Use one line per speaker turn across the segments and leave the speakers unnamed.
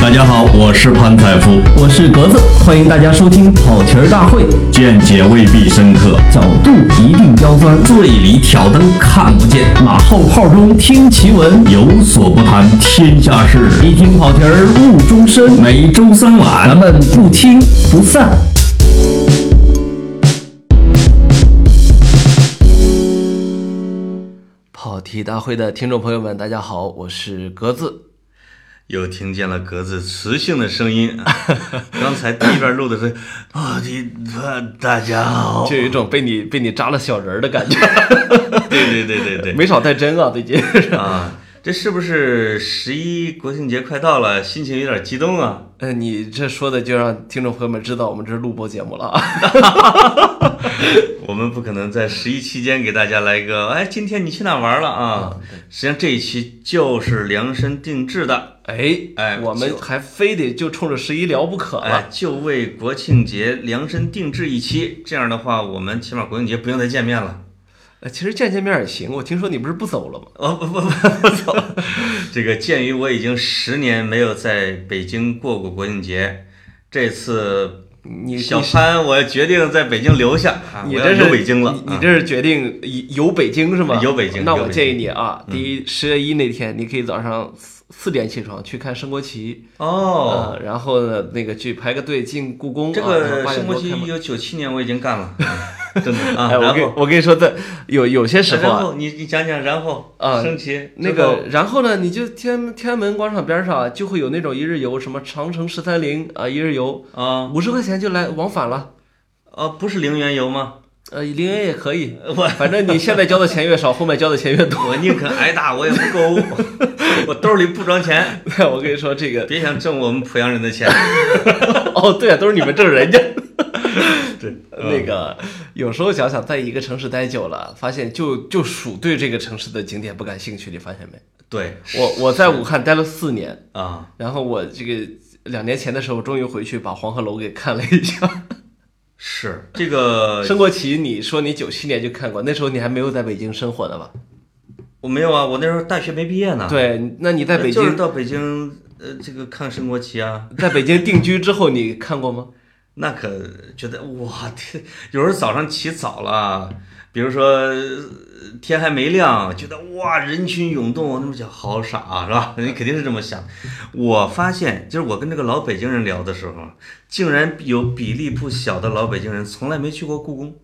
大家好，我是潘采夫。
我是格子，欢迎大家收听跑题儿大会，
见解未必深刻，
角度一定刁钻，
醉里挑灯看不见，
马后炮中听奇闻，
有所不谈天下事。
一听跑题儿误终身，
每周三
咱
晚
们不听不散。
跑题大会的听众朋友们，大家好，我是格子。
又听见了格子磁性的声音， 刚才第一段录的是啊，你大家好，
就有一种被你被你扎了小人儿的感觉，
对对对对
没
对，
少带针啊，最 近。
啊，这是不是十一国庆节快到了，心情有点激动啊？
呃，你这说的就让听众朋友们知道我们这是录播节目了啊。
我们不可能在十一期间给大家来一个，哎，今天你去哪玩了啊？实际上这一期就是量身定制的，
哎
哎
我们还非得就冲着十一聊不可
哎
了。，
就为国庆节量身定制一期，这样的话，我们起码国庆节不用再见面了。
呃其实见见面也行，我听说你不是不走了吗？
哦不不不不走，这个鉴于我已经十年没有在北京过过国庆节，这次
你
小潘我决定在北京留下啊，
你
我
你
要
这是
留北京了。
你你
啊
这是决定游游北京是吗？
游北京
那
游
我
北京
建议你啊，第一十月一那天，你可以早上四四点起床去看升国旗。
哦，
呃，然后呢，那个去排个队进故宫啊，
这
然后
个
八
升
点多
国旗
开
一
门。
九九七年我已经 干了，嗯真的啊。
哎，我
然
跟
后
我跟你说，这有有些时候
然
啊，
后你你讲讲，然后
啊
升旗
那
之后
个，然后呢，你就天安天安门广场边上啊，就会有那种一日游，什么长城十三陵啊，一日游，
啊
五十块钱就来往返了，
啊不是零元游吗？
呃，零元也可以，
我
反正你现在交的钱越少，后面交的钱越多。
我宁可挨打，我也不购物， 我兜里不装钱，
我跟你说这个，
别想挣我们濮阳人的钱。
哦，对啊，都是你们挣人 家。
对，
那个有时候想想，在一个城市待久了，发现就就属对这个城市的景点不感兴趣，你发现没？
对
我我在武汉待了四年，
啊。
然后我这个两年前的时候，终于回去把黄鹤楼给看了一下。
是这个，
升国旗，你说你九七年就看过，那时候你还没有在北京生活呢吧？
我没有啊，我那时候大学没毕业呢。，
对，那你在北
就是
京，
到北京，呃，这个看升国旗啊，
在北京定居之后，你看过吗？
那可觉得哇天，有时候早上起早了，啊比如说呃天还没亮，觉得哇人群涌动，那么想好傻、啊是吧？ 你肯定是这么想。我发现，就是我跟这个老北京人聊的时候，竟然有比例不小的老北京人从来没去过故宫。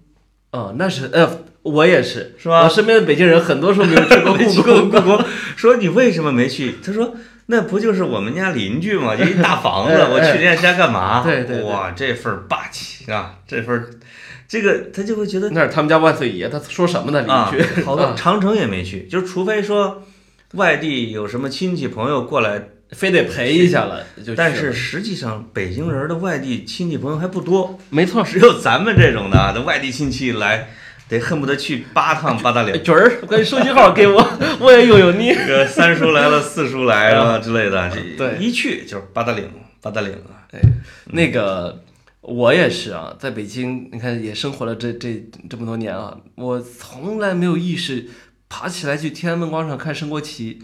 哦，那是，呃，我也是，
是吧
我身边的北京人很多 时候没有去过
没去
故
过
宫，
故宫，说你为什么没去？他说那不就是我们家邻居嘛，就一大房 子，
哎哎
我去人家家干嘛？
对对对
哇，这份儿霸气啊，这份儿，这个他就会 觉得
那是他们家万岁爷，他说什么呢？
啊
邻居，，
好多
的，
长城也没去，就是除非说外地有什么亲戚朋友过来，
非得陪一下了，就去了
但是实际上北京人的外地亲戚朋友还不多，
没错，
只有咱们这种的啊，那外地亲戚一来得恨不得去八趟八达岭。
哎角儿，我你手机号给我，我也用用你。
这个三叔来了，四叔来了之类的，这
对
一去就是八达岭，八达岭啊，
那个我也是啊，在北京，你看也生活了这这这么多年啊，我从来没有意识爬起来去天安门广场看升国旗。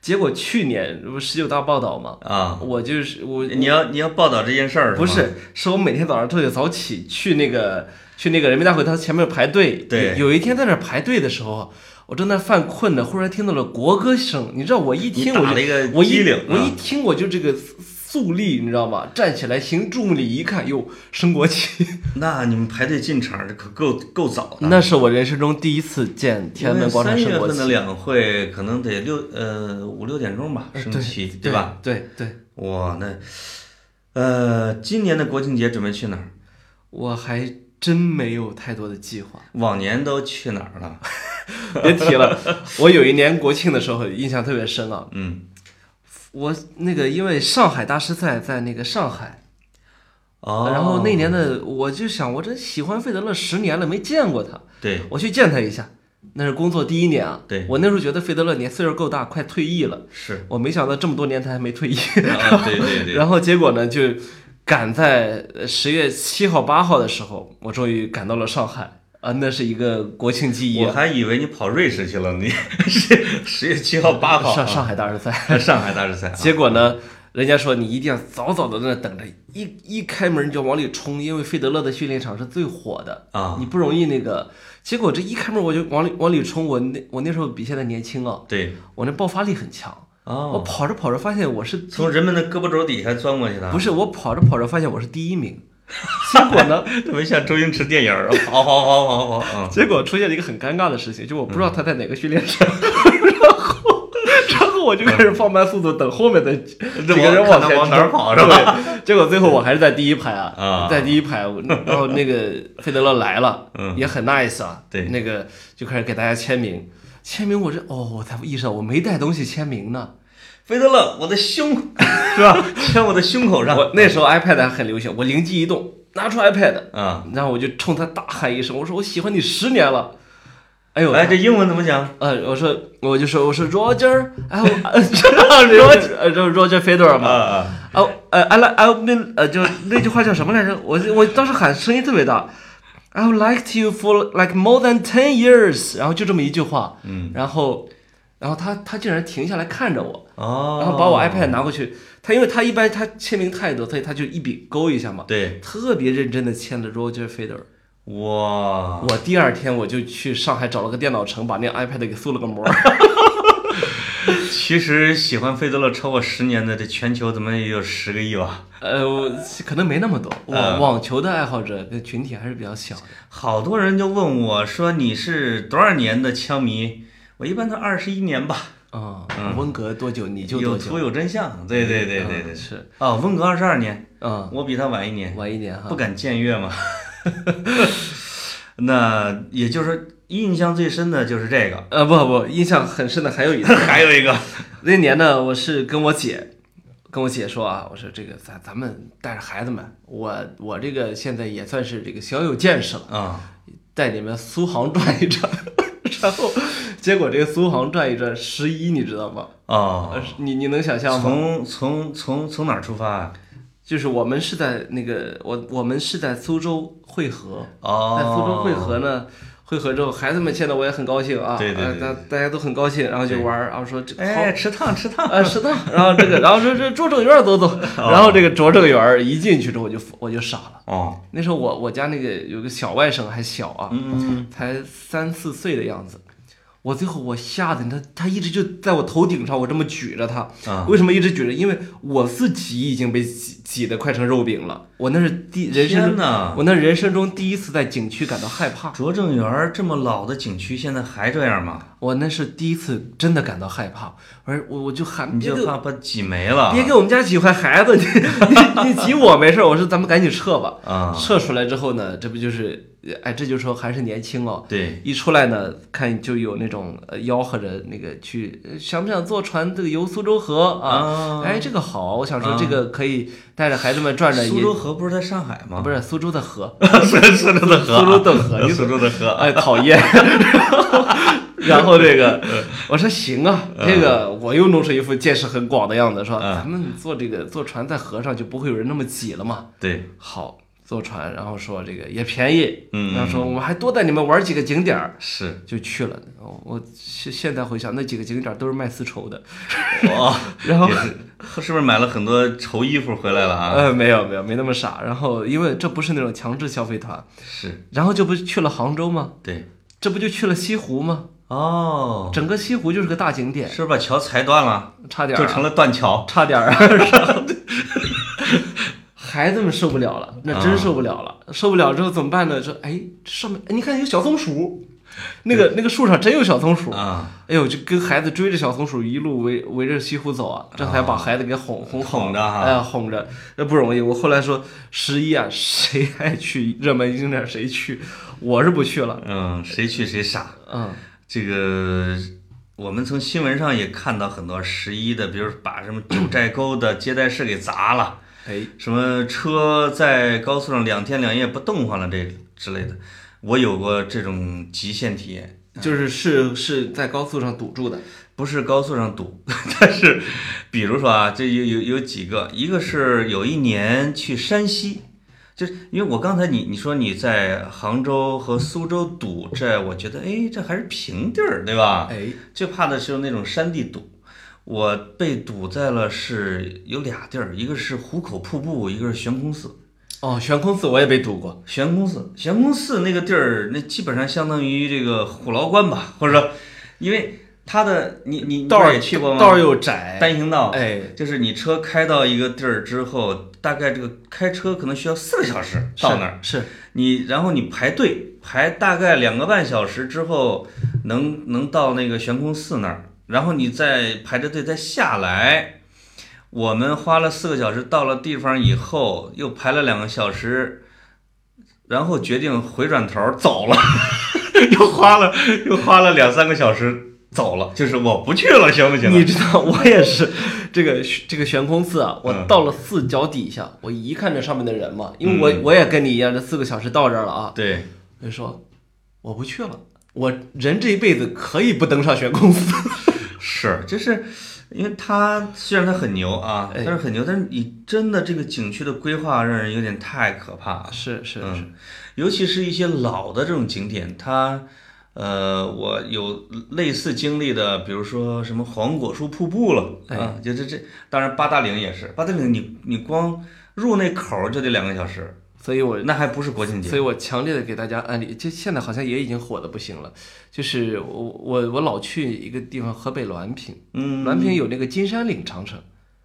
结果去年这不十九大报道嘛，
啊，
我就是我
你要你要报道这件事儿吗
不是是我每天早上特别早起去那个去那个人民大会堂前面排队。
对
有有一天在那儿排队的时候。我正在犯困呢，忽然听到了国歌声，你知道我一听我
你打
就
了一个
我
机
一
灵
我
啊
一听我就这个肃立，你知道吗？站起来行注目礼，一看哟，升国旗，
那你们排队进场这可够够早的。
那是我人生中第一次见天安门广场
因为
升
三月
国
份的
旗，
两会可能得六呃五六点钟吧升旗，
对
吧？？
对对，
哇，那呃今年的国庆节准备去哪儿？
我还真没有太多的计划。
往年都去哪儿了？
别提了，我有一年国庆的时候印象特别深啊，
嗯，
我那个因为上海大师赛在那个上海，
哦，
然后那年的我就想，我真喜欢费德勒十年了，没见过他，
对
我去见他一下。那是工作第一年啊，
对
我那时候觉得费德勒年岁数够大，快退役了。
是，
我没想到这么多年他还没退役，
啊对对对，
然后结果呢，就赶在十月七号、八号的时候，我终于赶到了上海啊，那是一个国庆记忆
我
啊，
还以为你 跑瑞士去了，你十十月七号八号啊
上上海大师赛。
上海大师赛啊，
结果呢，人家说你一定要早早的在那等着，一一开门你就往里冲，因为费德勒的训练场是最火的
啊
你不容易那个。结果这一开门我就往里往里冲，我那我那时候比现在年轻啊，
对，
我那爆发力很强。我
哦，
跑着跑着发现我是
从人们的胳膊肘底下钻过去的，啊
不是我跑着跑着发现我是第一名，结果呢，
特别像周星驰电影儿， 好好好好好，嗯，
结果出现了一个很尴尬的事情，就我不知道他在哪个训练场，然后然后我就开始放慢速度等后面的几
这
个人
往
前
往哪儿
冲
跑是吧？
对，结果最后我还是在第一排啊，
啊
在第一排，我然后那个费德勒来了，
嗯
也很 nice 啊，
对
那个就开始给大家签名。签名，我这哦，我才意识到我没带东西签名呢，
费德勒，我的胸 是吧？签我的胸口上，
我那时候 iPad 还很流行，我灵机一动，拿出 iPad，
啊，
然后我就冲他大喊一声：“我说我喜欢你十年了。”哎呦，
哎，这英文怎么讲？
呃，我说我就说我说 Roger，哎 我 Roger，呃就是 Roger Federer 嘛，
啊，
哦呃 I like I've been 呃就那句话叫什么来着？我我当时喊声音特别大，I've liked you for like more than ten years，然后就这么一句话，嗯，然后然后他他竟然停下来看着我，
哦，
然后啊把我 iPad 拿过去，他因为他一般他签名太多，所以他就一笔勾一下嘛，
对，
特别认真的签了 Roger Federer。
哇，
我第二天我就去上海找了个电脑城，把那 iPad 给塑了个膜。
其实喜欢费德勒超过十年的，这全球怎么也有十个亿吧？
呃，我可能没那么多，
呃
网网球的爱好者跟群体还是比较小的。
好多人就问我说你是多少年的枪迷？我一般都二十一年吧，
啊、温格多久你就
嗯有
多久
图，有真相。对对对对
嗯
对，
是
啊，温格二十二年，
啊、
我比他晚一年，
晚一点哈，
不敢僭越嘛。 那也就是说，印象最深的就是这个，
呃，不不，印象很深的还有一个，
还有一个，
那年呢，我是跟我姐，跟我姐说啊，我说这个咱咱们带着孩子们，我我这个现在也算是这个小有见识了，
啊，
带你们苏杭转一转， 然后结果这个苏杭转一转十一，你知道吗？呃
哦，
你你能想象吗？
从从从从哪儿出发啊？
就是我们是在那个我我们是在苏州汇合，
哦，
在苏州汇合呢，汇合之后，孩子们见到我也很高兴啊，
对对
啊
对
大大家都很高兴，然后就玩儿，然后说这个好。
哎，吃烫吃烫，
啊，食堂，然后这个，然后说这拙政园走走，然后这个拙政园一进去之后，我就我就傻了。
哦，
那时候我我家那个有个小外甥还小啊，
嗯，
才三四岁的样子。我最后我吓得他，他一直就在我头顶上，我这么举着他。
啊
为什么一直举着？因为我自己已经被挤挤得快成肉饼了。我那是第人生
天
中，
哪！
我那人生中第一次在景区感到害怕。
拙政园儿这么老的景区，现在还这样吗？
我那是第一次真的感到害怕，而我我就喊
你
别
就
给
怕把挤没了
别给我们家挤坏孩子，你 你你挤我没事儿，我说咱们赶紧撤吧。
啊！
撤出来之后呢，这不就是哎，这就说还是年轻哦。
对，
一出来呢，看就有那种呃吆喝着那个去呃想不想坐船这个游苏州河啊？
啊
哎，这个好，我想说
啊
这个可以带着孩子们转转
苏
也
州河不是在上海吗？
不是苏州的河，
是 苏州的河，
苏州的 河你
苏州的河啊
哎，讨厌。 然后这个，
嗯
我说行啊，这个我又弄出一副见识很广的样子，说
嗯
咱们坐这个坐船在河上就不会有人那么挤了嘛。
对，
好，坐船，然后说这个也便宜，
嗯
然后说我们还多带你们玩几个景点儿，
是
就去了。我我现现在回想，那几个景点都是卖丝绸 的。
哇，
然后
哦也是是不是买了很多绸衣服回来了啊？
呃，没有没有没那么傻。然后因为这不是那种强制消费团，
是，
然后这不是去了杭州吗？
对，
这不就去了西湖吗？
哦，
整个西湖就是个大景点，
是不是把桥裁断了，
差点儿
就
啊
成了断桥？
差点儿啊。 然后孩子们受不了了，那真受不了了，
啊
受不了之后怎么办呢？说，哎，这上面哎你看有小松鼠，那个那个树上真有小松鼠，
啊，
哎呦，就跟孩子追着小松鼠一路围围着西湖走啊，这才把孩子给哄哄好
哄着哈
哎呀，哄着，那不容易。我后来说十一啊，谁爱去热门景点谁去，我是不去了。
嗯，谁去谁傻。
嗯，
这个我们从新闻上也看到很多十一的，比如把什么九寨沟的接待室给砸了，
哎，
什么车在高速上两天两夜不动换了这之类的。我有过这种极限体验，
就是是是在高速上堵住的，
不是高速上堵， 但是比如说啊，这有有有几个，一个是有一年去山西。就是因为我刚才你你说你在杭州和苏州堵，这我觉得哎，这还是平地儿，对吧？
哎，
最怕的是那种山地堵。我被堵在了是有俩地儿，一个是壶口瀑布，一个是悬空寺。
哦，悬空寺我也被堵过，
悬空寺，悬空寺那个地儿，那基本上相当于这个虎牢关吧，或者说，因为它的你你你
道
不是
儿
也去过吗？
道儿又窄，
单行道，
哎，
就是你车开到一个地儿之后，大概这个开车可能需要四个小时到那儿。
是
你然后你排队排大概两个半小时之后，能能到那个悬空寺那儿，然后你再排着队再下来。我们花了四个小时到了地方以后，又排了两个小时，然后决定回转头儿走了， 又花了又花了两三个小时走了，就是我不去了，行不行啊？
你知道我也是这个这个悬空寺啊，我
嗯
到了寺脚底下，我一看这上面的人嘛，因为
嗯
我我也跟你一样，这四个小时到这儿了啊，
对，
我就说我不去了，我人这一辈子可以不登上悬空寺。
是，就是因为它虽然它很牛啊，
哎
但是很牛，但是你真的这个景区的规划让人有点太可怕了。
是是是
嗯，尤其是一些老的这种景点，它，呃，我有类似经历的，比如说什么黄果树瀑布了，
哎
啊，就这这，当然八达岭也是，八达岭你你光入那口儿就得两个小时，
所以我
那还不是国庆节
所以我强烈的给大家安利，这现在好像也已经火的不行了，就是我我我老去一个地方，河北滦平，
嗯
滦平有那个金山岭长城，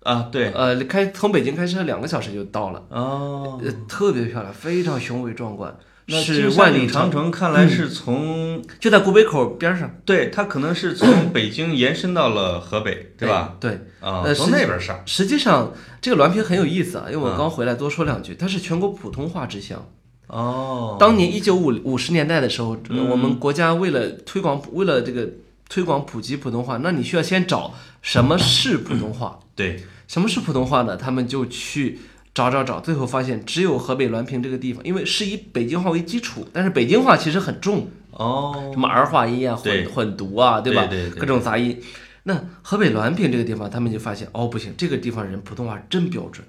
啊？对，
呃，开从北京开车两个小时就到了。
哦，
呃，特别漂亮，非常雄伟壮观，
那
是
金山
万
岭
里
长，城看来是从
嗯就在古北口边上，
对，它可能是从北京延伸到了河北，对吧？
哎？对。
啊，
呃
从
实际
那边上。
实际上，这个滦平很有意思啊，因为我刚回来，多说两句。它是全国普通话之乡。
哦，嗯
当年一九五五十年代的时候，我们国家为了推广，为了这个推广普及普通话，那你需要先找什么是普通话？
对，
什么是普通话呢？他们就去找找找，最后发现只有河北滦平这个地方，因为是以北京话为基础，但是北京话其实很重。
哦，
什么儿化音啊、混
对
混读啊，吧？
对对对
各种杂音。那河北滦平这个地方，他们就发现哦，不行，这个地方人普通话真标准。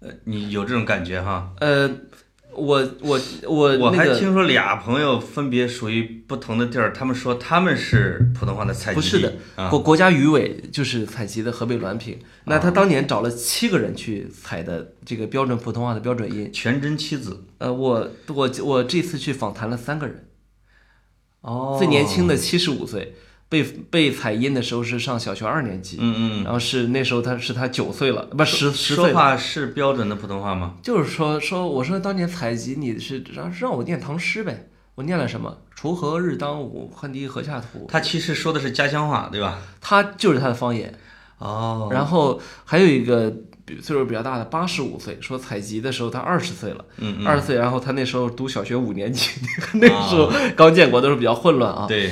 呃你有这种感觉哈？
呃，我我我
我
呃那
还
个
听说俩朋友分别属于不同的地儿，他们说他们是普通话的采集
不是
地
的，
啊，
国国家语委就是采集的河北滦平。那
啊
他当年找了七个人去采的这个标准普通话的标准音。
全真妻子
呃，我我我这次去访谈了三个人，
哦
最年，轻的七十五岁，被被采音的时候是上小学二年级，
嗯嗯，
然后是那时候他是他九岁了，不十十岁
说
了。
话是标准的普通话吗？
就是说说，我说当年采集你是让让我念唐诗呗，我念了什么？锄禾日当午，汗滴禾下土。
他其实说的是家乡话，对吧？
他就是他的方言。
哦，
然后还有一个比岁数比较大的，八十五岁，说采集的时候他二十岁了，
嗯啊
二十岁，然后他那时候读小学五年级，那个时候刚建国的时候比较混乱啊
嗯，。对，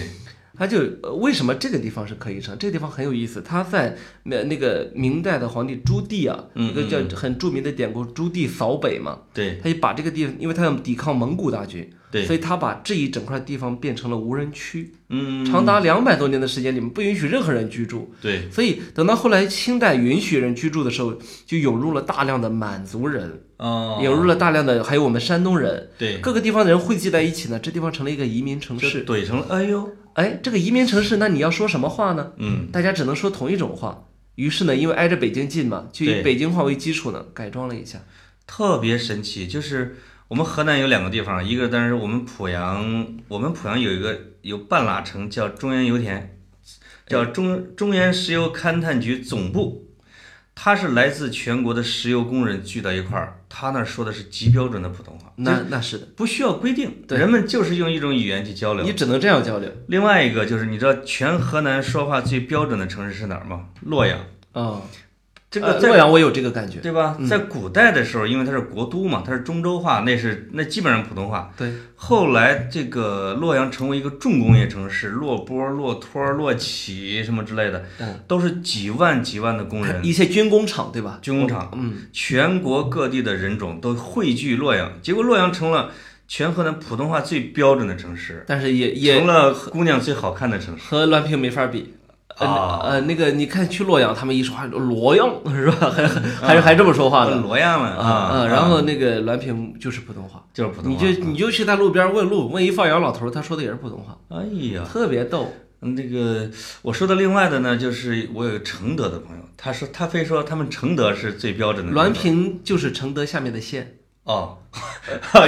他就呃为什么这个地方是可以唱？这个地方很有意思，他在那那个明代的皇帝朱棣啊，
嗯
一个叫很著名的典故朱棣扫北嘛，
对，
他就把这个地方，因为他要抵抗蒙古大军，
对
所以他把这一整块地方变成了无人区，
嗯，
长达两百多年的时间里面不允许任何人居住。
对，
所以等到后来清代允许人居住的时候，就涌入了大量的满族人，
哦，
涌入了大量的还有我们山东人，
对，
各个地方的人汇集在一起呢，这地方成了一个移民城
就
市。
怼成了，哎呦，
哎，这个移民城市，那你要说什么话呢？
嗯。
大家只能说同一种话。于是呢，因为挨着北京近嘛，就以
对
北京话为基础呢，改装了一下。
特别神奇，就是我们河南有两个地方，一个当然是我们濮阳，我们濮阳有一个有半拉城叫中原油田，叫中中原石油勘探局总部，它是来自全国的石油工人聚到一块儿，他那儿说的是极标准的普通话，
那那是的，
不需要规定，
对
人们就是用一种语言去交
你
流。
只能这样交流。
另外一个就是你知道全河南说话最标准的城市是哪儿吗？洛阳。
啊、
这个
呃
在
洛阳我有这个感觉。
对吧？在古代的时候，因为它是国都嘛，它是中州话，那是那基本上普通话。
对，
后来这个洛阳成为一个重工业城市，落波、落托、落企什么之类的，
嗯
都是几万几万的工人，
一些军工厂对吧？
军工厂，
嗯，
全国各地的人种都汇聚洛阳，结果洛阳成了全河南普通话最标准的城市，
但是也
成
也
了姑娘最好看的城市。
和滦平没法比。
啊
呃，那个你看去洛阳，他们一说话洛阳 是吧？还还还还这么说话呢
洛阳了啊，
嗯然后那个滦平就是普通话，
就是普通
你
话。啊
就你就去在路边问路，问一放羊老头儿，他说的也是普通话，
哎呀，
特别逗。
嗯，那个我说的另外的呢，就是我有个承德的朋友，他说他非说他们承德是最标准的
滦
民族
平就是承德下面的县。
哦，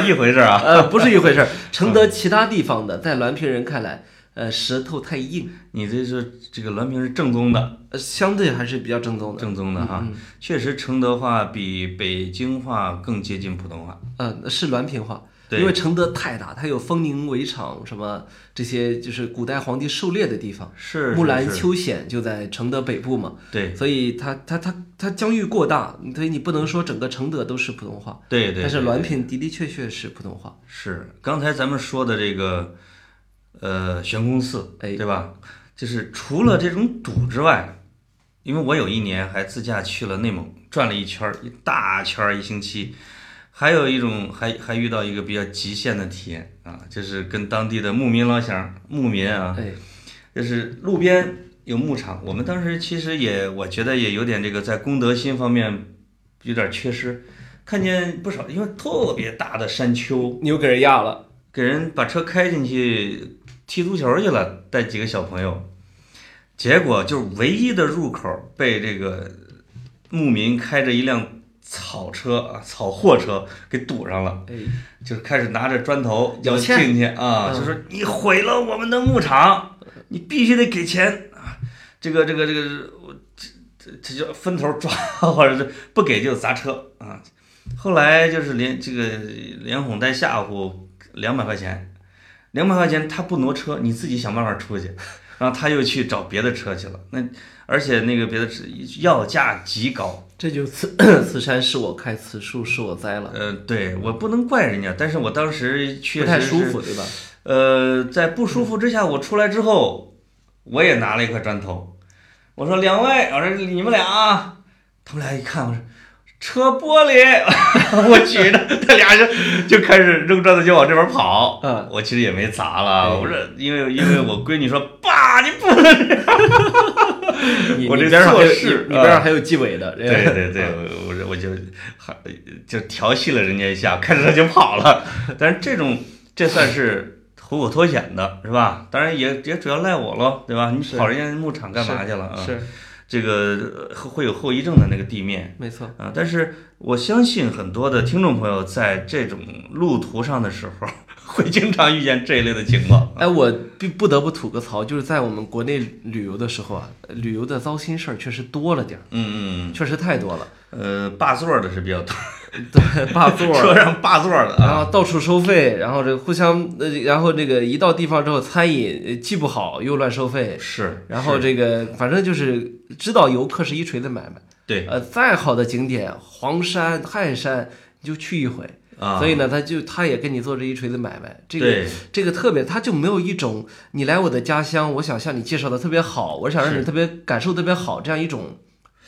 一回事儿啊。
呃，不是一回事儿。承德其他地方的，在滦平人看来，呃，舌头太硬，
你这是这个滦平是正宗的，
呃，相对还是比较正宗的。
正宗的
嗯
哈，确实承德话比北京话更接近普通话。
嗯、是滦平话，
对
因为承德太大，它有丰宁围场什么这些，就是古代皇帝狩猎的地方。
是
木兰
是是
秋险就在承德北部嘛，
对
所以它它它它疆域过大，所以你不能说整个承德都是普通话，
对对，
但是
对
滦
对
平的的确确是普通话。
是刚才咱们说的这个，呃，悬空寺，
哎
对吧？就是除了这种赌之外，因为我有一年还自驾去了内蒙，转了一圈儿，一大圈儿，一星期。还有一种还还遇到一个比较极限的体验啊，就是跟当地的牧民老乡、牧民啊，
哎，
就是路边有牧场，我们当时其实也，我觉得也有点这个在公德心方面有点缺失，看见不少，因为特别大的山丘，
你又给人压了，
给人把车开进去踢足球去了，带几个小朋友，结果就是唯一的入口被这个牧民开着一辆草车啊草货车给堵上了。
哎，
就是开始拿着砖头
有
要
钱
进去啊，
嗯
就说你毁了我们的牧场，你必须得给钱啊！这个这个这个，我这这这就分头抓，或者是不给就砸车啊！后来就是连这个连哄带吓唬，两百块钱，两百块钱他不挪车，你自己想办法出去。然后他又去找别的车去了，那而且那个别的车要价极高，
这就此此山是我开，此树是我栽了，
呃，对我不能怪人家，但是我当时确
不
实
太舒
是
服， 对吧？
呃，在不舒服之下，我出来之后，我也拿了一块砖头，我说两位，我说你们俩啊，他们俩一看，我说车玻璃， 我举着，他俩就就开始扔砖头就往这边跑。
嗯
我其实也没砸了，
对
我说因为因为我闺女说爸，你不能，
你
我
你
这
边上还有
做事
你你边上还有纪委 的，
对
人
对对，我我我就还就调戏了人家一下， 开着车就跑了。但是这种这算是虎口脱险的，是吧？当然也也主要赖我喽，对吧？你
是
跑人家牧场干嘛去了啊？
是
这个呃会有后遗症的那个地面
没错，
啊。但是我相信很多的听众朋友在这种路途上的时候， 会经常遇见这一类的情况。
哎，我必不得不吐个槽，就是在我们国内旅游的时候啊，旅游的糟心事儿确实多了点儿，
嗯嗯
确实太多 了。
嗯，呃，霸座儿的是比较多，
对，霸座
车
儿，啊
上霸座儿的
然
啊，
后到处收费，然后这互相，呃然后这个一到地方之后，餐饮呃记不好又乱收费，
是，
然后
是
这个反正就是知道游客是一锤子买卖。
对
呃，再好的景点，黄山、汉山，你就去一回。
啊，
所以呢，他就他也跟你做这一锤子买卖，这个
对
这个特别，他就没有一种你来我的家乡，我想向你介绍的特别好，我想让你
是
特别感受特别好这样一种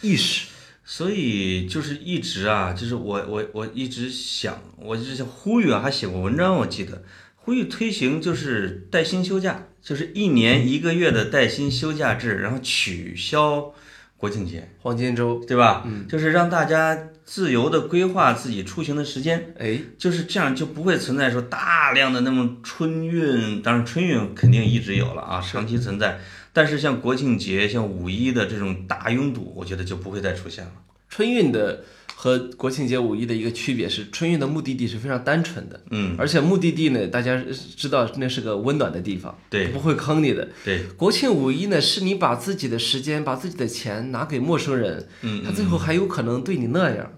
意识。
所以就是一直啊，就是我我我一直想，我就是想呼吁啊，还写过文章，我记得呼吁推行就是带薪休假，就是一年一个月的带薪休假制，然后取消国庆节，
黄金周，
对吧？嗯，就是让大家自由的规划自己出行的时间，
哎，
就是这样就不会存在说大量的那么春运，当然春运肯定一直有了啊，长期存在。但是像国庆节、像五一的这种大拥堵，我觉得就不会再出现了。
春运的和国庆节、五一的一个区别是，春运的目的地是非常单纯的，
嗯，
而且目的地呢，大家知道那是个温暖的地方，
对
不会坑你的。
对。
国庆五一呢，是你把自己的时间、把自己的钱拿给陌生人，
嗯
他最后还有可能对你那样。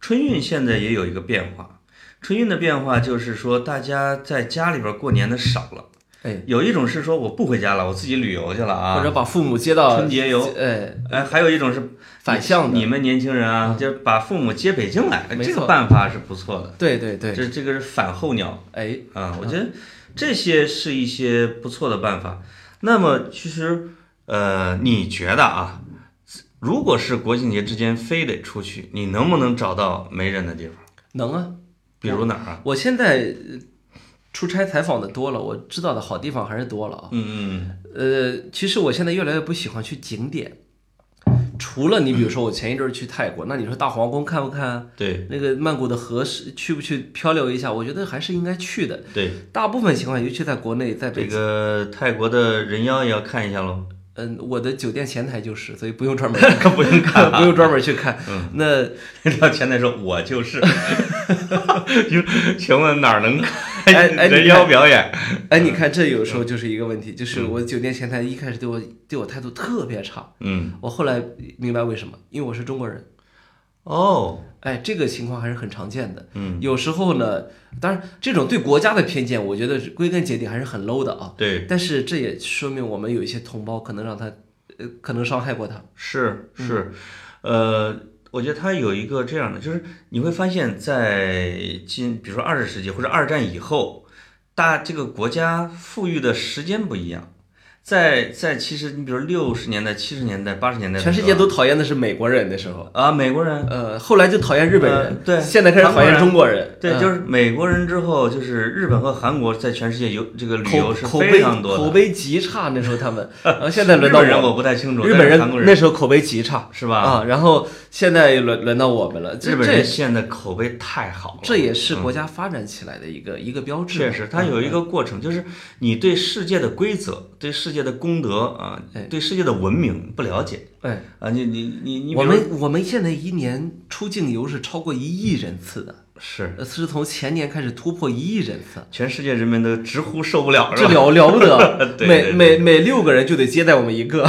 春运现在也有一个变化，春运的变化就是说，大家在家里边过年的少了。
哎，
有一种是说我不回家了，我自己旅游去了
或者
啊。
把父母接到
春节游
哎，
哎，还有一种是
反向的嗯
你们年轻人啊，就是把父母接北京来，哎
没
这
错
个办法是不错的。
对对对，
这这个是反候鸟
哎，
啊，我觉得这些是一些不错的办法。那么其实，呃，你觉得啊，如果是国庆节之间非得出去，你能不能找到没人的地方？
能啊！
比如哪儿啊？
我现在呃出差采访的多了，我知道的好地方还是多了啊。
嗯嗯
呃，其实我现在越来越不喜欢去景点，除了你比如说我前一阵儿去泰国，那你说大皇宫看不看啊？
对
那个曼谷的河是去不去漂流一下？我觉得还是应该去的。
对，
大部分情况，尤其在国内，在
这
北京，
个泰国的人妖也要看一下喽。
嗯、我的酒店前台就是，所以不用专门
不用看嗯啊
不用专门去看。那
廖前台说：“我就是。” 就是请问哪儿能
哎哎
看
你
人妖表演？
哎，你看这有时候
嗯
就是一个问题，就是我酒店前台一开始对我对我态度特别差，
嗯，
我后来明白为什么，因为我是中国人。
哦，
哎，这个情况还是很常见的。嗯，有时候呢，当然这种对国家的偏见，我觉得是归根结底还是很 low 的啊。
哦对，
但是这也说明我们有一些同胞可能让他，呃，可能伤害过他。
是是，呃，我觉得他有一个这样的，就是你会发现在近，比如说二十世纪或者二战以后，大这个国家富裕的时间不一样。在在其实你比如六十年代、七十年代、八十年代的时
全
候，
世界都讨厌的是美国人的时候，
啊，美国人
呃，后来就讨厌日本人，
呃对
现在开始讨厌中国人，
对，
嗯
就是美国人之后，就是日本和韩国在全世界游这个旅游是
口口
非
碑
常多的。
口碑极差，那时候他 们，然后现在轮到
日本人我
我，
不太清楚，
日
但
本
是
人
韩国
那
人
时候口碑极差，
是吧？
啊，然后现在轮轮到我们了，这
日本
这
人现在口碑太好了，
这也是国家发展起来的一个一个标志，
嗯确实，它有一
嗯
个过程，就是你对世界的规则、对世界的公德啊
哎，
对世界的文明不了解
哎。
啊，你你你你比如，
我们我们现在一年出境游是超过一亿人次的，
是
呃是从前年开始突破一亿人次，
全世界人民都直呼受不了，是
这
吧？，
了了不得
对对
每
对
每每六个人就得接待我们一 个。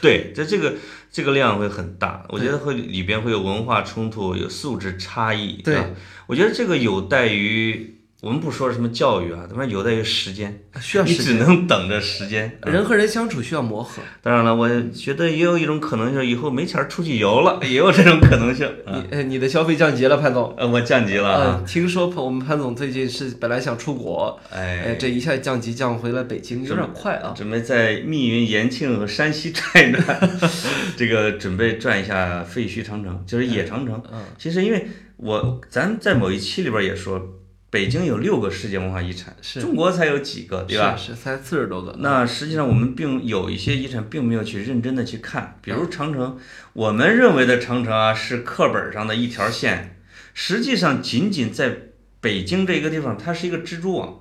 对，这这个这个量会很大，我觉得会里边会有文化冲突，有素质差异。
对
啊，我觉得这个有待于我们不说什么教育啊，咱们有待于时间，
需要
你
时
只能等着时间。啊
人和人相处需要磨合，
当然了，我觉得也有一种可能性，以后没钱儿出去游了，也有这种可能性。啊
你呃你的消费降级了，潘总。
呃，我降级了啊，
呃，听说潘我们潘总最近是本来想出国，
哎
哎，，这一下降级降回了北京，有点快啊。
准备在密云、延庆和山西转一转， 这个准备转一下废墟长城，就是野长城。
嗯，
其实因为我咱在某一期里边也说，北京有六个世界文化遗产，
是
中国才有几个，对吧？嗯
是是才四十多个。
那实际上我们并有一些遗产并没有去认真的去看，比如长城，我们认为的长城啊是课本上的一条线，实际上仅仅在北京这一个地方，它是一个蜘蛛网。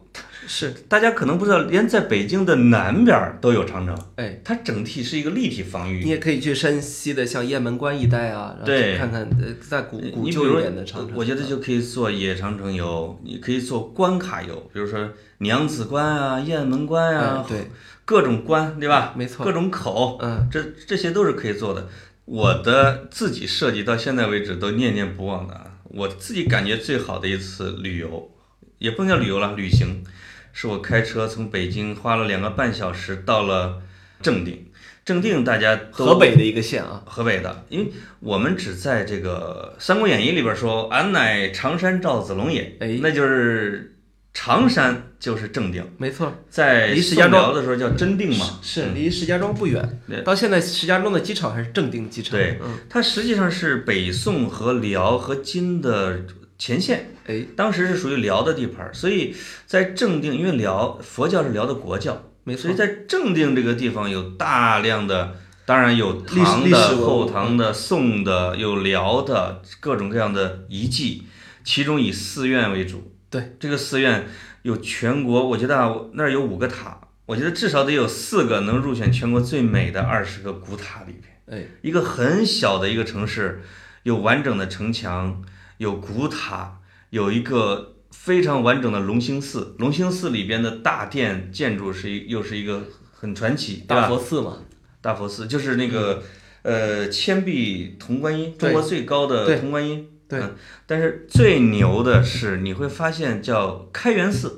是
大家可能不知道，连在北京的南边儿都有长城，
哎，
它整体是一个立体防
你
御。
也可以去山西的，像雁门关一带啊，然后
对
去看看呃在古
你
古
比
旧
如
一点的长城。啊
我觉得就可以做野长城游，你可以做关卡游，比如说娘子关啊、雁门关
嗯，
啊
对，
各种关，对吧？
没错
各种口，
嗯，
这这些都是可以做的。我的自己设计到现在为止都念念不忘的啊，我自己感觉最好的一次旅游，也不能叫旅游了，旅行，是我开车从北京花了两个半小时到了正定。正定大家都
河北的一个县啊，
河北的，因为我们只在这个《三国演义》里边说“俺乃常山赵子龙也”，
哎
那就是常山就是正定，
没错，
在
离石
宋
家庄
辽的时候叫真定嘛，
是离石家庄不远
嗯对。
到现在，石家庄的机场还是正定机场。
对
嗯，
它实际上是北宋和辽和金的前线，
哎，
当时是属于辽的地盘儿，所以在正定，因为辽佛教是辽的国教，
没错
所以，在正定这个地方有大量的，当然有
历史
唐
历史
的、
文物
后唐的、宋的，有辽的各种各样的遗迹，其中以寺院为主。
对，
这个寺院有全国，我觉得啊，那儿有五个塔，我觉得至少得有四个能入选全国最美的二十个古塔里边。
哎，
一个很小的一个城市，有完整的城墙，有古塔，有一个非常完整的隆兴寺。隆兴寺里边的大殿建筑是一又是一个很传奇，对
大
吧？
佛寺嘛，
大佛寺就是那个呃千臂铜观音，
嗯
中
对
国最高的
对
铜观音。
对
嗯但是最牛的是你会发现叫开元寺，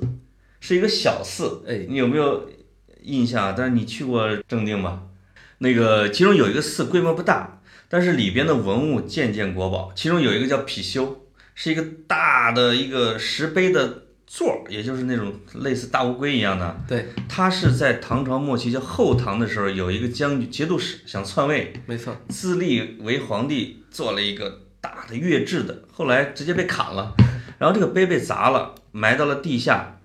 是一个小寺。
哎，
你有没有印象啊？但是你去过正定吧？那个其中有一个寺规模不大，但是里边的文物件件国宝。其中有一个叫貔貅，是一个大的一个石碑的座儿，也就是那种类似大乌龟一样的。
对，
它是在唐朝末期，叫后唐的时候，有一个将军节度使想篡位，
没错，
自立为皇帝，做了一个大的月制的，后来直接被砍了，然后这个碑被砸了，埋到了地下。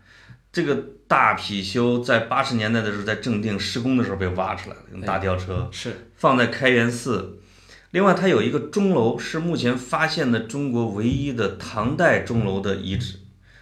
这个大貔貅在八十年代的时候，在正定施工的时候被挖出来了，用大吊车
是
放在开元寺，另外，它有一个钟楼，是目前发现的中国唯一的唐代钟楼的遗址，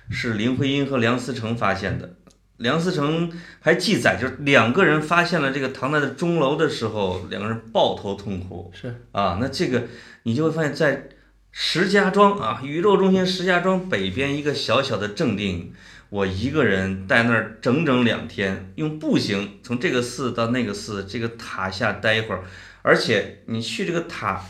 是林徽因和梁思成发现的。梁思成还记载，就是两个人发现了这个唐代的钟楼的时候，两个人抱头痛哭。
是
啊，那这个你就会发现，在石家庄啊，宇宙中心石家庄北边一个小小的正定，我一个人在那儿整整两天，用步行从这个寺到那个寺，这个塔下待一会儿，而且你去这个塔，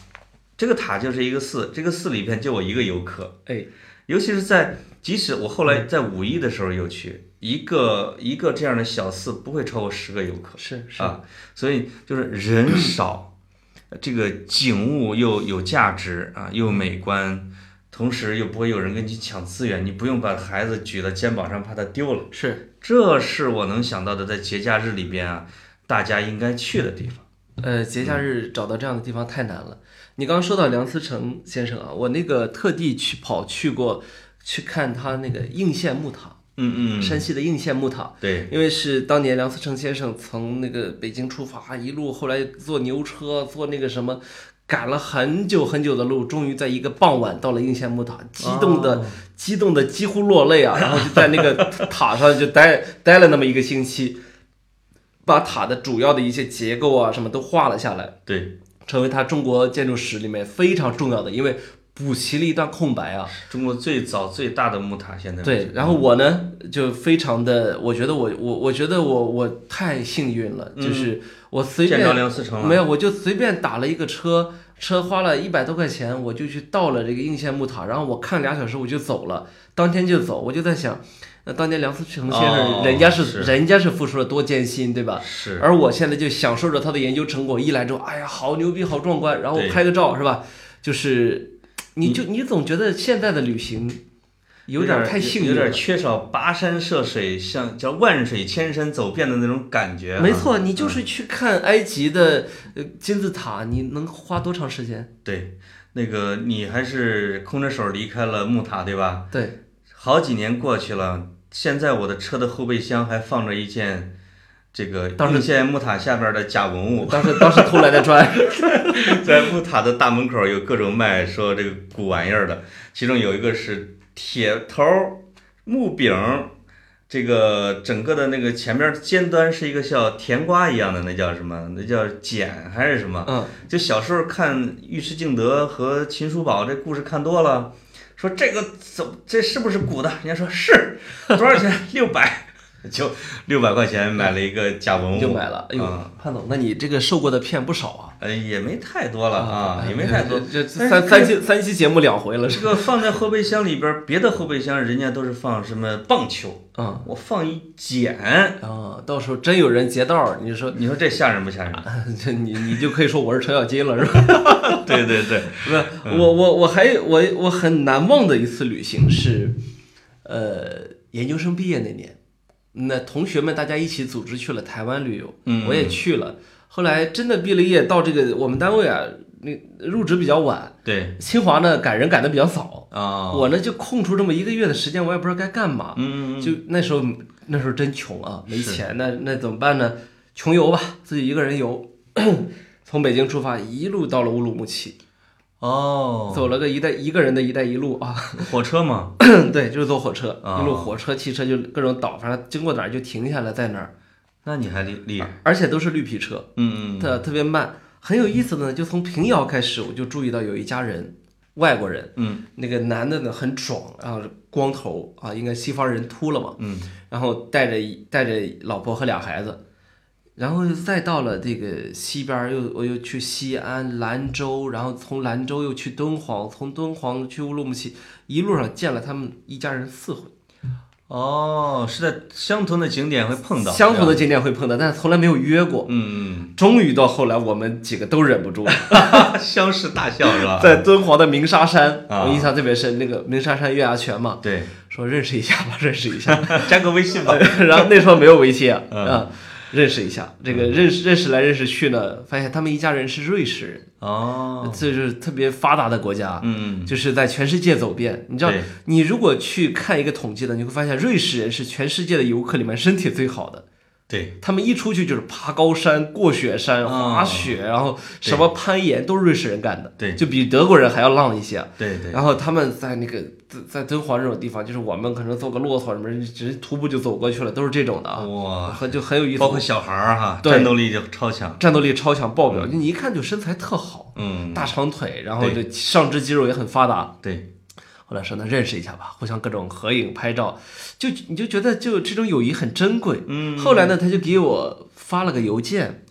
这个塔就是一个寺，这个寺里边就我一个游客，
哎，
尤其是在即使我后来在五一的时候有去，一个一个这样的小寺不会超过十个游客
是是，
啊，所以就是人少，这个景物又有价值啊，又美观，同时又不会有人跟你抢资源，你不用把孩子举到肩膀上怕他丢了，
是，
这是我能想到的，在节假日里边啊，大家应该去的地方。
呃，节假日找到这样的地方太难了。你刚刚说到梁思成先生啊，我那个特地去跑去过去看他那个应县木塔，
嗯嗯，
山西的应县木塔，
对，
因为是当年梁思成先生从那个北京出发，一路后来坐牛车，坐那个什么，赶了很久很久的路，终于在一个傍晚到了应县木塔，激动的、激动的几乎落泪啊，然后就在那个塔上就待待了那么一个星期，把塔的主要的一些结构啊什么都画了下来。
对，
成为他中国建筑史里面非常重要的，因为补齐了一段空白啊。
中国最早最大的木塔现在
对，然后我呢就非常的，我觉得我我我觉得我我太幸运了，就是我随
嗯见
便
着梁思成了，
没有，我就随便打了一个车，车花了一百多块钱，我就去到了这个应县木塔，然后我看俩小时我就走了，当天就走，我就在想，那当年梁思成先生、
哦
人家
是
人家是付出了多艰辛，对吧？
是。
而我现在就享受着他的研究成果，一来之后，哎呀，好牛逼，好壮观，然后我
对
拍个照是吧？就是，
嗯
你就你总觉得现在的旅行有点太幸
有
运
点
了。
缺少跋山涉水，像叫万水千山走遍的那种感觉啊。
没错，你就是去看埃及的呃金字塔，你能花多长时间？
对，那个你还是空着手离开了木塔，对吧？
对，
好几年过去了，现在我的车的后备箱还放着一件这个
当时
应县木塔下边的假 文物，
当时当时偷来的砖，
在木塔的大门口有各种卖说这个古玩意儿的，其中有一个是铁头儿木柄儿，这个整个的那个前面尖端是一个像甜瓜一样的，那叫什么？那叫碱还是什么？
嗯，
就小时候看尉迟敬德和秦叔宝这故事看多了，说这个怎么这是不是古的？人家说是，多少钱？ 六百，就六百块钱买了一个假文
你
物，
就买了。哎
嗯
呦，潘总，那你这个受过的骗不少啊。哎
呃，也没太多了啊，也没太多。
这这
但
三
是
三期三期节目两回了，
这
是吧？
个放在后备箱里边儿，别的后备箱人家都是放什么棒球，
嗯，
我放一碱，
啊，到时候真有人劫道儿，你说
你说这吓人不吓人？
这你你就可以说我是程咬金了，是吧？
对对对，
不是
嗯
我我我还我我很难忘的一次旅行是，呃，研究生毕业那年，那同学们大家一起组织去了台湾旅游，
嗯
我也去了。后来真的毕了业，到这个我们单位啊，那入职比较晚，
对
清华呢赶人赶得比较早，
啊，
我呢就空出这么一个月的时间，我也不知道该干嘛，
嗯嗯
就那时候那时候真穷啊，没钱，那那怎么办呢？穷游吧，自己一个人游， 从北京出发，一路到了乌鲁木齐。
哦，
走了个一带一个人的一带一路 啊，
火车嘛，
对，就是坐火车，
啊
一路火车、汽车就各种倒，反正经过哪儿就停下来在哪儿，
那你还厉厉害，
而且都是绿皮车，
嗯嗯，
特特别慢。很有意思的呢，就从平遥开始，我就注意到有一家人，外国人，
嗯，
那个男的呢很壮啊，光头啊，应该西方人秃了嘛，
嗯，
然后带着一带着老婆和俩孩子，然后再到了这个西边儿，又我又去西安、兰州，然后从兰州又去敦煌，从敦煌去乌鲁木齐，一路上见了他们一家人四回，
哦，是在相同的景点会碰到
相同的
是吧
景点会碰到，但是从来没有约过。
嗯
终于到后来，我们几个都忍不住了，
嗯，相视大笑是吧？
在敦煌的鸣沙山，
啊
我印象特别深，那个鸣沙山月牙泉嘛，
对，
说认识一下吧，认 识一 下。
加个微信吧。
然后那时候没有微信啊，
嗯
啊，认识一下。这个认识认识来认识去呢，发现他们一家人是瑞士人，
哦，
这就是特别发达的国家，
嗯，
就是在全世界走遍。你知道
对，
你如果去看一个统计的，你会发现瑞士人是全世界的游客里面身体最好的。
对，
他们一出去就是爬高山、过雪山、
啊
滑雪，然后什么攀岩都是瑞士人干的，
对
就比德国人还要浪一些。啊
对对，
然后他们在那个在在敦煌这种地方，就是我们可能坐个骆驼什么，直接徒步就走过去了，都是这种的啊，
哇，
很就很有意思。
嗯包括小孩儿哈，
对
战斗力就超强。
战斗力超强，爆表，你一看就身材特好，
嗯，
大长腿，然后
对
就上肢肌肉也很发达。
对，
后来说那认识一下吧，互相各种合影拍照，就你就觉得就这种友谊很珍贵。
嗯，
后来呢，他就给我发了个邮件，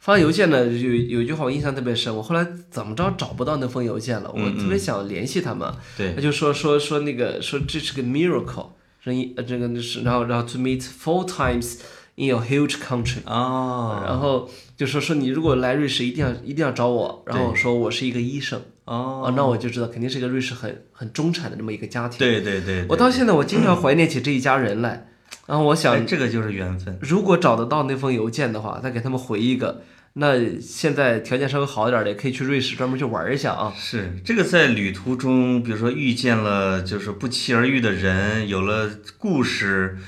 发邮件呢有有一句话我印象特别深，我后来怎么着找不到那封邮件了，我
嗯
特别想联系他们，
对
他就说说说那个说这是个 miracle，说一呃这个是然后然后 to meet four times in a huge country。
哦
然后就说说你如果来瑞士一定要一定要找我，然后我说我是一个医生，
哦，
啊，那我就知道肯定是一个瑞士很很中产的这么一个家庭。
对对对，
我
对
到现在我经 常怀念起这一家人来，然后我
哎
想，
这个就是缘分。
如果找得到那封邮件的话，再给他们回一个。那现在条件稍微好一点的，也可以去瑞士专门去玩一下啊。
是这个在旅途中，比如说遇见了就是不期而遇的人，有了故事，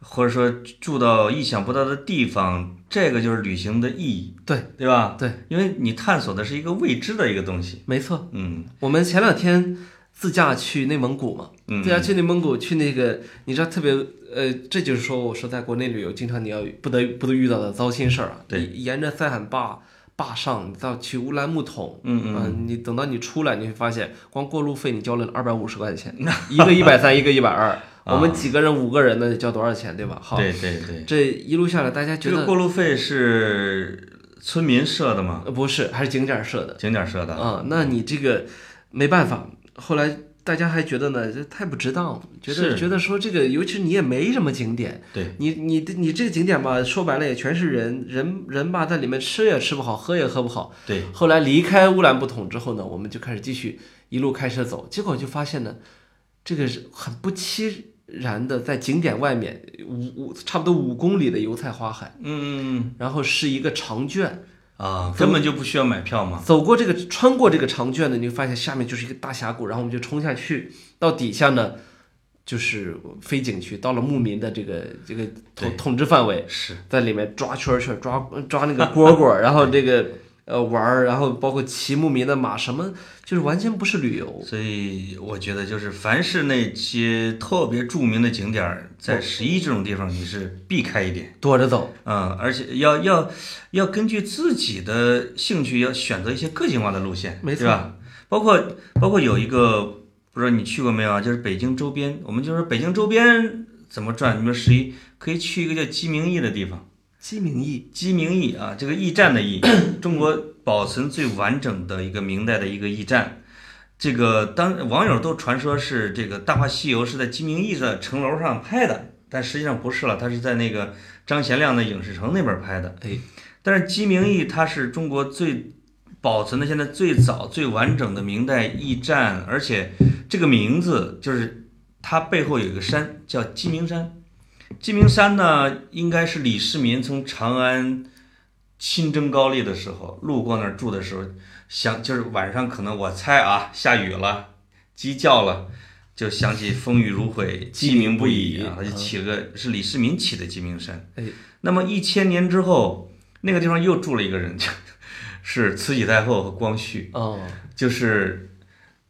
或者说住到意想不到的地方，这个就是旅行的意义，
对
对吧？
对，
因为你探索的是一个未知的一个东西。
没错，
嗯
我们前两天自驾去内蒙古嘛，
嗯，
自驾啊去内蒙古去那个，你知道特别呃，这就是说我说在国内旅游，经常你要不得不得遇到的糟心事儿啊。
对
你沿着塞罕坝坝上，你到去乌兰木统，
嗯嗯
嗯、你等到你出来，你会发现光过路费你交了二百五十块 钱，一个一百三，一个一百二。我们几个人五个人呢，交多少钱对吧？啊好，
对对啊对，
这一路下来，大家觉
这个
得
过路费是村民设的吗？
呃不是，还是景点设的
景点设的？
啊、那你这个没办法。后来大家还觉得呢，这太不值当了，觉得
是
觉得说这个，尤其是你也没什么景点，
对
你你你这个景点吧，说白了也全是人，人人吧在里面吃也吃不好，喝也喝不好，
对，
后来离开乌兰布统之后呢，我们就开始继续一路开车走，结果就发现呢，这个是很不期然的，在景点外面五五差不多五公里的油菜花海，
嗯
然后是一个长卷，
啊，根本就不需要买票嘛。
走过这个穿过这个长卷呢，你就发现下面就是一个大峡谷，然后我们就冲下去，到底下呢就是非景区，到了牧民的这个这个统
对
统治范围，
是，
在里面抓圈儿圈儿，抓抓那个蝈蝈儿，然后这个呃玩儿，然后包括骑牧民的马，什么就是完全不是旅游。
所以我觉得就是凡是那些特别著名的景点儿，在十一这种地方你是避开一点，
躲着走，
嗯，而且要要要根据自己的兴趣要选择一些个性化的路线，
没错
对吧？包括包括有一个不知道你去过没有啊，就是北京周边，我们就说北京周边怎么转，你们十一可以去一个叫鸡鸣驿的地方。
鸡鸣驿
鸡鸣驿啊，这个驿站的驿，中国保存最完整的一个明代的一个驿站。这个当网友都传说是这个《大话西游》是在鸡鸣驿的城楼上拍的，但实际上不是了，它是在那个张贤亮的影视城那边拍的。
哎，
但是鸡鸣驿它是中国最保存的现在最早最完整的明代驿站，而且这个名字就是它背后有一个山叫鸡鸣山。鸡鸣山呢，应该是李世民从长安亲征高丽的时候，路过那儿住的时候，想就是晚上可能我猜啊，下雨了，鸡叫了，就想起风雨如晦，鸡鸣不已啊，他就起了个是李世民起的鸡鸣山。
哎，
那么一千年之后，那个地方又住了一个人，是慈禧太后和光绪。
哦，
就是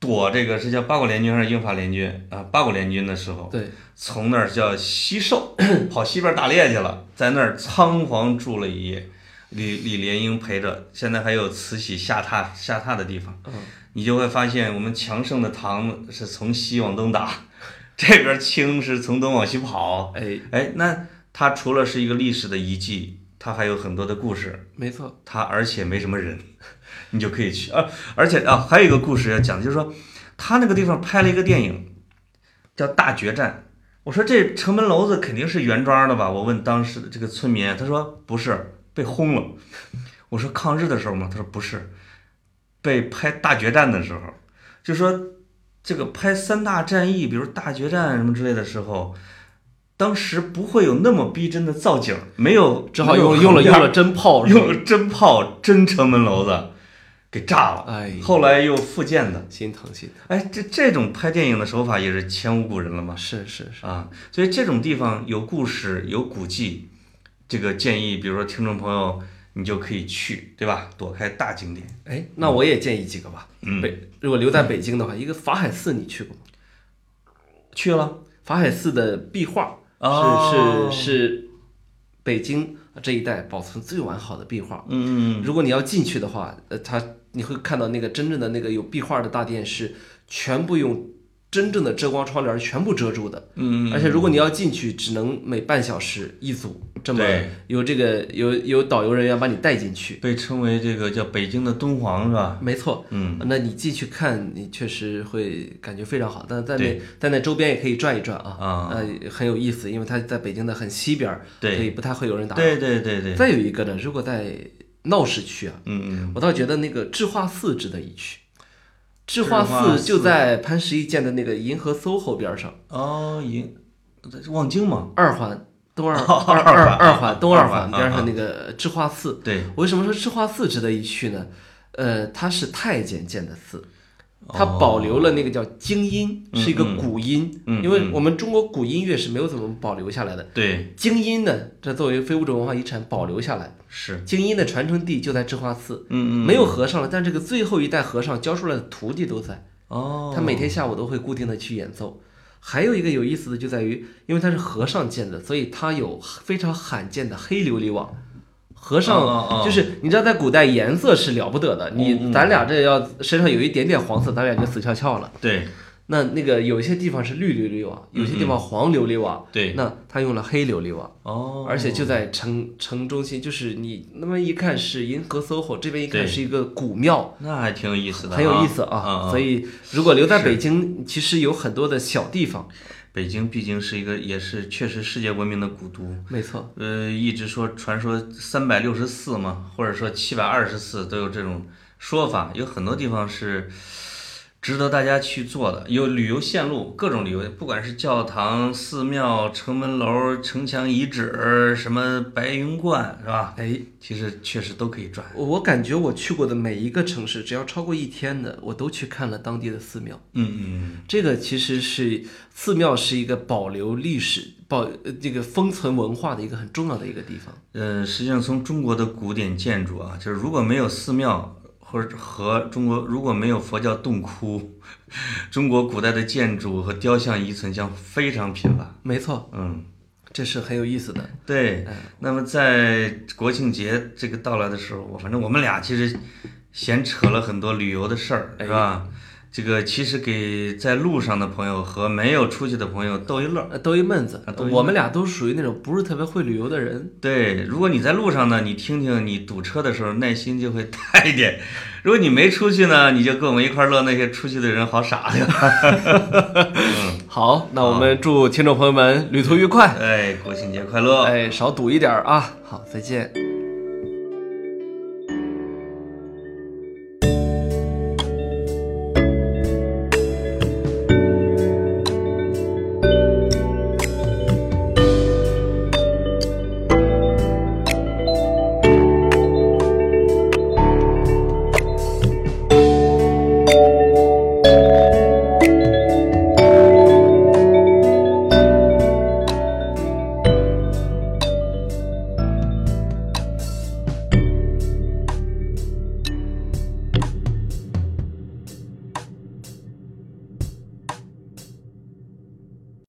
躲这个是叫八国联军还是英法联军啊？八国联军的时候，
对，
从那儿叫西狩， 跑西边打猎去了，在那儿仓皇住了一夜。李李莲英陪着，现在还有慈禧下榻下榻的地方，
嗯，
你就会发现我们强盛的唐是从西往东打， 这边清是从东往西跑。
哎，
哎，那它除了是一个历史的遗迹，它还有很多的故事。
没错，
它而且没什么人， 你就可以去。而而且啊，还有一个故事要讲，就是说他那个地方拍了一个电影，叫《大决战》。我说这城门楼子肯定是原装的吧？我问当时的这个村民，啊他说不是，被轰了。 我说抗日的时候吗？他说不是，被拍《大决战》的时候，就说这个拍三大战役，比如大决战什么之类的时候。当时不会有那么逼真的造景，没有
只好
没有
用用了
横片
用了真炮是吧，
用了真炮真城门楼子给炸了，
哎，
后来又复建的。
心疼心疼，
哎，这这种拍电影的手法也是前无古人了嘛
是是是，
啊！所以这种地方有故事、有古迹，这个建议，比如说听众朋友，你就可以去，对吧？躲开大景点。
哎，那我也建议几个吧。
嗯
北如果留在北京的话，一个法海寺你去过吗？
去了，
法海寺的壁画
哦
是是是北京这一带保存最完好的壁画。
嗯，
如果你要进去的话，呃，它你会看到那个真正的那个有壁画的大殿是全部用真正的遮光窗帘全部遮住的。嗯，而且如果你要进去，只能每半小时一组，这么
对
由这个由由导游人员把你带进去。
嗯被称为这个叫北京的敦煌是吧？
没错，
嗯，
那你进去看，你确实会感觉非常好。但在那
对
在那周边也可以转一转啊，
啊
呃，很有意思，因为它在北京的很西边儿，
对
所以不太会有人打扰。
对对对对，
再有一个呢，如果在闹市区啊，
嗯嗯，
我倒觉得那个智化寺值得一去。智化
智化
寺
寺
就在潘石屹建的那个银河 SOHO 边上，
哦，银望京嘛，
二环东二
二
二二
环
二环东
二
二
环
环
啊
边
啊
上那个智化寺。
对，
为什么说智化寺值得一去呢？呃，它是太监建的寺，它保留了那个叫京音，是一个古音，
哦嗯嗯
因为我们中国古音乐是没有怎么保留下来的。
对
京音呢，这作为非物质文化遗产保留下来。
是，
京音的传承地就在智化寺，
嗯嗯，
没有和尚了，但这个最后一代和尚教出来的徒弟都在，
哦，
他每天下午都会固定的去演奏。还有一个有意思的就在于，因为他是和尚建的，所以他有非常罕见的黑琉璃瓦。和
哦哦哦嗯
尚就是你知道，在古代颜色是了不得的，你咱俩这要身上有一点点黄色，咱俩就死翘翘了。
对
那那个有些地方是绿琉璃瓦，有些地方黄琉璃瓦，
嗯对，
那他用了黑琉璃瓦，
哦，
而且就在城城中心，就是你那么一看是银河 SOHO，这边一
对
看是一个古庙，
那还挺有意思的啊，
很有意思
嗯
啊。
嗯
所以如果留在北京，其实有很多的小地方，
北京毕竟是一个，也是确实世界闻名的古都。
没错，
呃，一直说传说三百六十四嘛，或者说七百二十四都有这种说法，有很多地方是值得大家去做的，有旅游线路，各种旅游，不管是教堂、寺庙、城门楼、城墙遗址，什么白云观，是吧？
哎，
其实确实都可以转。
我我感觉我去过的每一个城市，只要超过一天的，我都去看了当地的寺庙。
嗯嗯
这个其实是寺庙是一个保留历史、保呃这个封存文化的一个很重要的一个地方。
嗯，呃，实际上从中国的古典建筑啊，就是如果没有寺庙。或者和中国如果没有佛教洞窟， 中国古代的建筑和雕像遗存将非常频繁。
没错，
嗯，
这是很有意思的。
对。那么在国庆节这个到来的时候，我反正我们俩其实闲扯了很多旅游的事儿，是吧？这个其实给在路上的朋友和没有出去的朋友逗一乐儿。
呃，兜一闷子
啊兜一，闷
我们俩都属于那种不是特别会旅游的人。
对，如果你在路上呢，你听听你堵车的时候耐心就会大一点； 如果你没出去呢，你就跟我们一块儿乐那些出去的人好傻对吧？
好，那我们祝听众朋友们旅途愉快，
哎，国庆节快乐！
哎，少赌一点儿啊。好，再见。